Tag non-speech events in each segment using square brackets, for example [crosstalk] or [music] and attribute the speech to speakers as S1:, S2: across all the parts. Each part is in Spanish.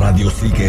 S1: radio sigue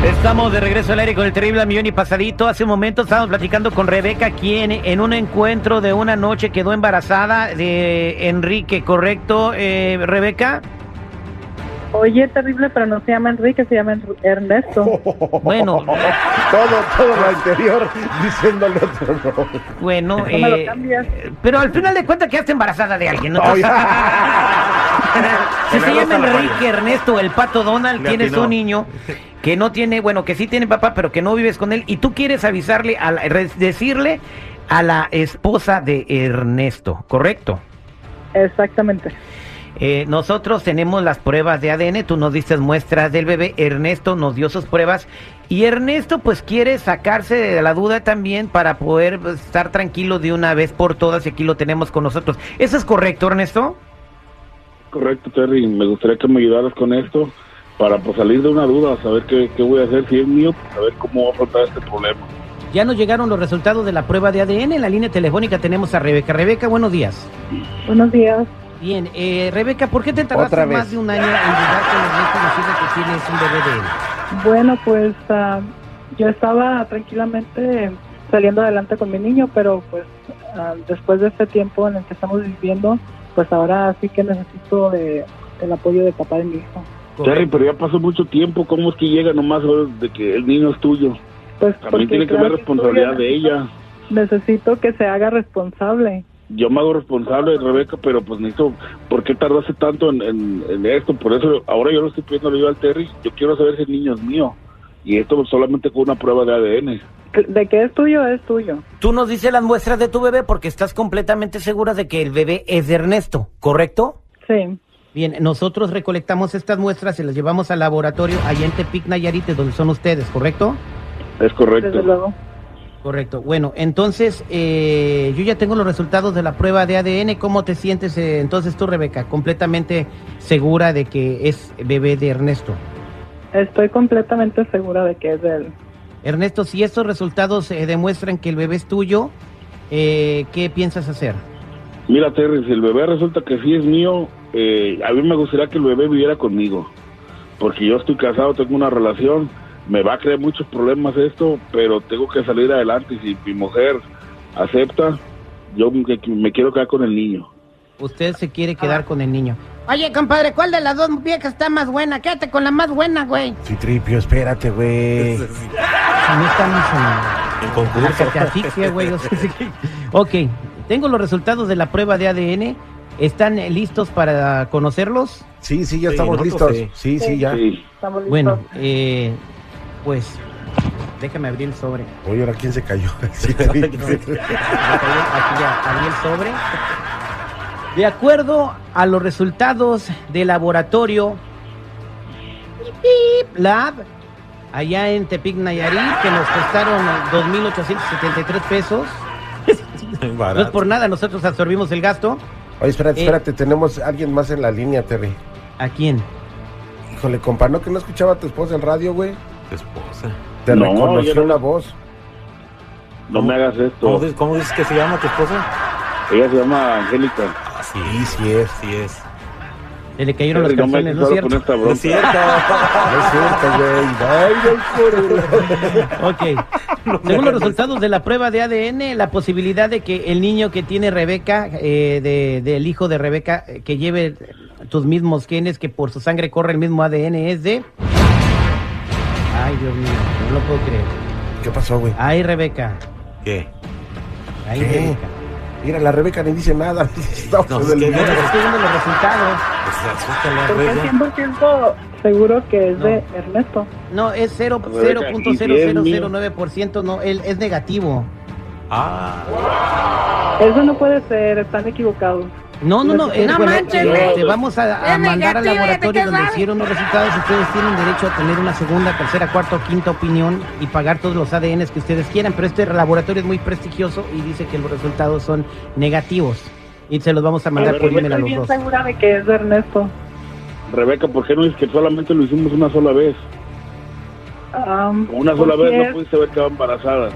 S2: Estamos de regreso al aire con el terrible millón y pasadito. Hace un momento estábamos platicando con Rebeca, quien en un encuentro de una noche quedó embarazada de Enrique, ¿correcto, eh, Rebeca?
S3: Oye, terrible, pero no se llama Enrique, se llama Enr- Ernesto.
S2: Bueno,
S4: [laughs] Todo, todo lo anterior diciendo el otro nombre.
S2: bueno,
S3: No me
S2: eh,
S3: lo cambias.
S2: pero al final de cuentas quedaste embarazada de alguien, ¿no? [laughs]
S4: No,
S2: si
S4: ya. Se
S2: se
S4: le
S2: llama
S4: nota la
S2: Enrique, Ernesto, el pato Donald,
S4: Le
S2: tienes
S4: atinó.
S2: un niño que no tiene, bueno, que sí tiene papá, pero que no vives con él, y tú quieres avisarle, a la- re- decirle a la esposa de Ernesto, ¿correcto?
S3: Exactamente.
S2: Eh, nosotros tenemos las pruebas de ADN, tú nos diste muestras del bebé, Ernesto nos dio sus pruebas y Ernesto pues quiere sacarse de la duda también para poder pues, estar tranquilo de una vez por todas y aquí lo tenemos con nosotros. ¿Eso es correcto, Ernesto?
S5: Correcto, Terry. Me gustaría que me ayudaras con esto para pues, salir de una duda, saber qué, qué voy a hacer, si es mío, saber cómo voy a afrontar este problema.
S2: Ya nos llegaron los resultados de la prueba de ADN, en la línea telefónica tenemos a Rebeca. Rebeca, buenos días.
S3: Buenos días.
S2: Bien, eh, Rebeca, ¿por qué te
S4: Otra
S2: tardaste
S4: vez.
S2: más de un año en llegar con Ernesto a decirle que tienes un bebé de él?
S3: Bueno, pues ah, yo estaba tranquilamente saliendo adelante con mi niño, pero pues ah, después de este tiempo en el que estamos viviendo, pues ahora sí que necesito de, el apoyo de papá de mi hijo.
S5: Terry, pero ya pasó mucho tiempo. ¿Cómo es que llega nomás ahora de que el niño es tuyo?
S3: Pues porque,
S5: También tiene que
S3: claro
S5: haber
S3: estoy-
S5: responsabilidad de ella.
S3: Necesito que se haga responsable.
S5: Yo me hago responsable de Rebeca, pero pues necesito, ¿por qué tardaste tanto en, en- en esto? Por eso ahora yo lo estoy pidiendo ayuda al Terry. Yo quiero saber si el niño es mío. Y esto solamente con una prueba de ADN.
S3: De que es tuyo, es tuyo.
S2: Tú nos dices las muestras de tu bebé porque estás completamente segura de que el bebé es de Ernesto, ¿correcto?
S3: Sí.
S2: Bien, nosotros recolectamos estas muestras y las llevamos al laboratorio allá en Tepic, Nayarit, de donde son ustedes, ¿correcto?
S5: Es
S3: Desde
S5: correcto.
S3: luego.
S2: Correcto. Bueno, entonces eh, yo ya tengo los resultados de la prueba de ADN. ¿Cómo te sientes eh, entonces tú, Rebeca? Completamente segura de que es bebé de Ernesto.
S3: Estoy completamente segura de que es de él.
S2: Ernesto, si estos resultados eh, demuestran que el bebé es tuyo, eh, ¿qué piensas hacer?
S5: Mira, Terry, si el bebé resulta que sí es mío, eh, a mí me gustaría que el bebé viviera conmigo. Porque yo estoy casado, tengo una relación, me va a crear muchos problemas esto, pero tengo que salir adelante. Y si mi mujer acepta, yo me, me quiero quedar con el niño.
S2: Usted se quiere quedar con el niño. Oye, compadre, ¿cuál de las dos viejas está más buena? Quédate con la más buena, güey.
S4: Sí, Tripio, espérate, güey.
S2: No estamos en el concurso. güey. o sea, [laughs] sí. Ok, tengo los resultados de la prueba de ADN. ¿Están eh, listos para conocerlos?
S4: Sí, sí, ya
S6: Sí,
S4: estamos listos.
S6: nosotros
S4: Sí, sí, ya.
S5: Sí.
S3: Estamos listos.
S2: Bueno, eh, pues déjame abrir el sobre.
S4: Oye, ahora quién se cayó. [laughs] Sí,
S2: Aquí ya abrí el sobre. De acuerdo a los resultados del laboratorio Pip Lab, allá en Tepic Nayarit, que nos costaron 2.873
S5: [laughs]
S2: pesos. No es por nada, nosotros absorbimos el gasto.
S4: Oye, espérate,
S2: Eh.
S4: espérate, tenemos a alguien más en la línea, Terry.
S2: ¿A quién?
S4: Híjole, compa, ¿no que no escuchaba a tu esposa en radio, güey?
S6: Tu esposa.
S4: Te
S5: No,
S4: reconoció
S5: yo no-
S4: la voz.
S5: No me hagas
S6: ¿Cómo,
S5: esto.
S6: dices- cómo dices que se llama tu esposa?
S5: Ella se llama Angélica.
S6: Así
S4: Sí, sí es.
S6: Así es.
S2: Se le cayeron las
S5: Terry, no me
S2: canciones,
S5: hagas
S2: ¿no es
S5: con
S2: cierto?
S5: esta
S6: No es cierto.
S5: bronca.
S4: [laughs] No es cierto, güey. Ay, no, por-
S2: Ok. Según los resultados de la prueba de ADN, la posibilidad de que el niño que tiene Rebeca, eh, de- del hijo de Rebeca, eh, que lleve tus mismos genes, que por su sangre corre el mismo ADN, es de... Ay, Dios mío, no lo puedo creer.
S4: ¿Qué pasó, güey?
S2: Ay, Rebeca.
S6: ¿Qué?
S2: Ay,
S4: ¿Qué?
S2: Rebeca.
S4: Mira, la Rebeca ni dice nada. [laughs] Estamos
S6: No, es
S4: del-
S6: que-
S2: Bueno, estoy viendo los resultados.
S6: Pues asústale a
S3: Porque
S6: Rebeca.
S3: 100% seguro que es
S2: Ah, No.
S3: de Ernesto.
S2: No, es cero-
S5: Rebeca, y si es mío.
S2: 0.0009%, no, él es negativo.
S6: Ah,
S3: Eso no puede ser, están equivocados.
S2: No, no, no,
S3: No
S2: eh, bueno,
S3: manches,
S2: eh,
S5: güey.
S2: Te vamos a, a
S7: Es
S2: mandar al
S7: negativo, ya te
S2: laboratorio
S7: quedas
S2: donde
S7: mal.
S2: hicieron los resultados. Ustedes tienen derecho a tener una segunda, tercera, cuarta o quinta opinión y pagar todos los ADNs que ustedes quieran. Pero este laboratorio es muy prestigioso y dice que los resultados son negativos. y se los vamos a
S5: A
S2: mandar
S5: ver,
S2: por
S5: Rebeca,
S2: email
S3: Estoy
S2: a los dos.
S3: bien segura de que es de Ernesto.
S5: Rebeca, ¿por qué no dices que solamente lo hicimos una sola vez?
S3: Am,
S5: Una sola
S3: porque
S5: vez no
S3: es-
S5: pudiste haber quedado embarazada.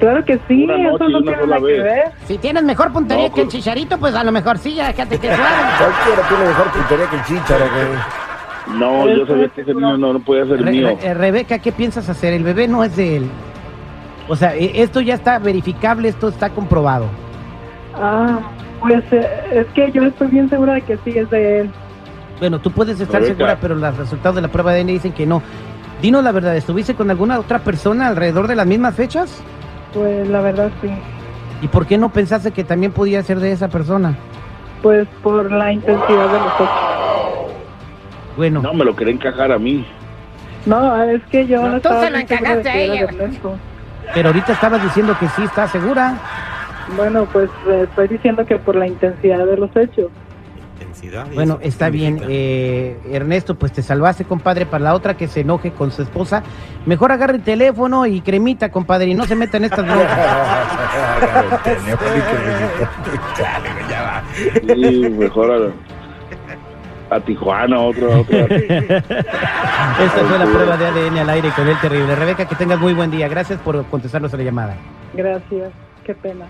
S3: Claro que sí,
S5: Una
S3: eso
S5: noche y
S3: no
S5: una
S3: tiene
S5: sola
S3: nada que
S5: vez.
S3: ver.
S2: Si tienes mejor puntería
S5: No,
S2: que el
S5: pues-
S2: chicharito, pues a lo mejor sí, ya déjate
S5: [laughs]
S2: que suave.
S4: Cualquiera tiene mejor puntería que el chicharo, güey. [laughs]
S5: No,
S3: Pero
S5: yo
S3: eso
S5: sabía
S3: es
S5: que ese niño no, no podía ser
S2: Re-
S5: mío.
S2: Re- eh, Rebeca, ¿qué piensas hacer? El bebé no es de él. O sea, eh, esto ya está verificable, esto está comprobado.
S3: Ah, pues eh, es que yo estoy bien segura de que sí es de él.
S2: Bueno, tú puedes estar
S5: Rebeca.
S2: segura, pero los resultados de la prueba de ADN dicen que no. Dinos la verdad, ¿estuviste con alguna otra persona alrededor de las mismas fechas?
S3: Pues la verdad sí.
S2: ¿Y por qué no pensaste que también podía ser de esa persona?
S3: Pues por la intensidad de los hechos.
S2: Bueno,
S5: No, me lo quería encajar a mí.
S3: No, es que yo
S7: No,
S3: no,
S7: tú
S3: estaba
S7: se lo
S3: bien segura de
S7: encargaste a
S3: que era
S7: ella,
S3: de
S7: güey.
S3: Ernesto.
S2: pero ahorita estabas diciendo que sí, ¿estás segura?
S3: Bueno, pues eh, estoy diciendo que por la intensidad de los hechos.
S6: Intensidad. ¿y
S2: Bueno,
S6: eso qué
S2: está bien.
S6: significa?
S2: eh, Ernesto, pues te salvaste, compadre, para la otra que se enoje con su esposa. Mejor agarra el teléfono y cremita, compadre, y no se meta en estas broncas.
S4: [laughs] Agarra el teléfono y que me- Chale, güey, ya va.
S5: Sí, mejor a, a Tijuana, otra, otra.
S2: Esta fue la prueba de ADN al aire con el terrible. Rebeca, que tengas muy buen día. Gracias por contestarnos a la llamada.
S3: Gracias. Qué pena.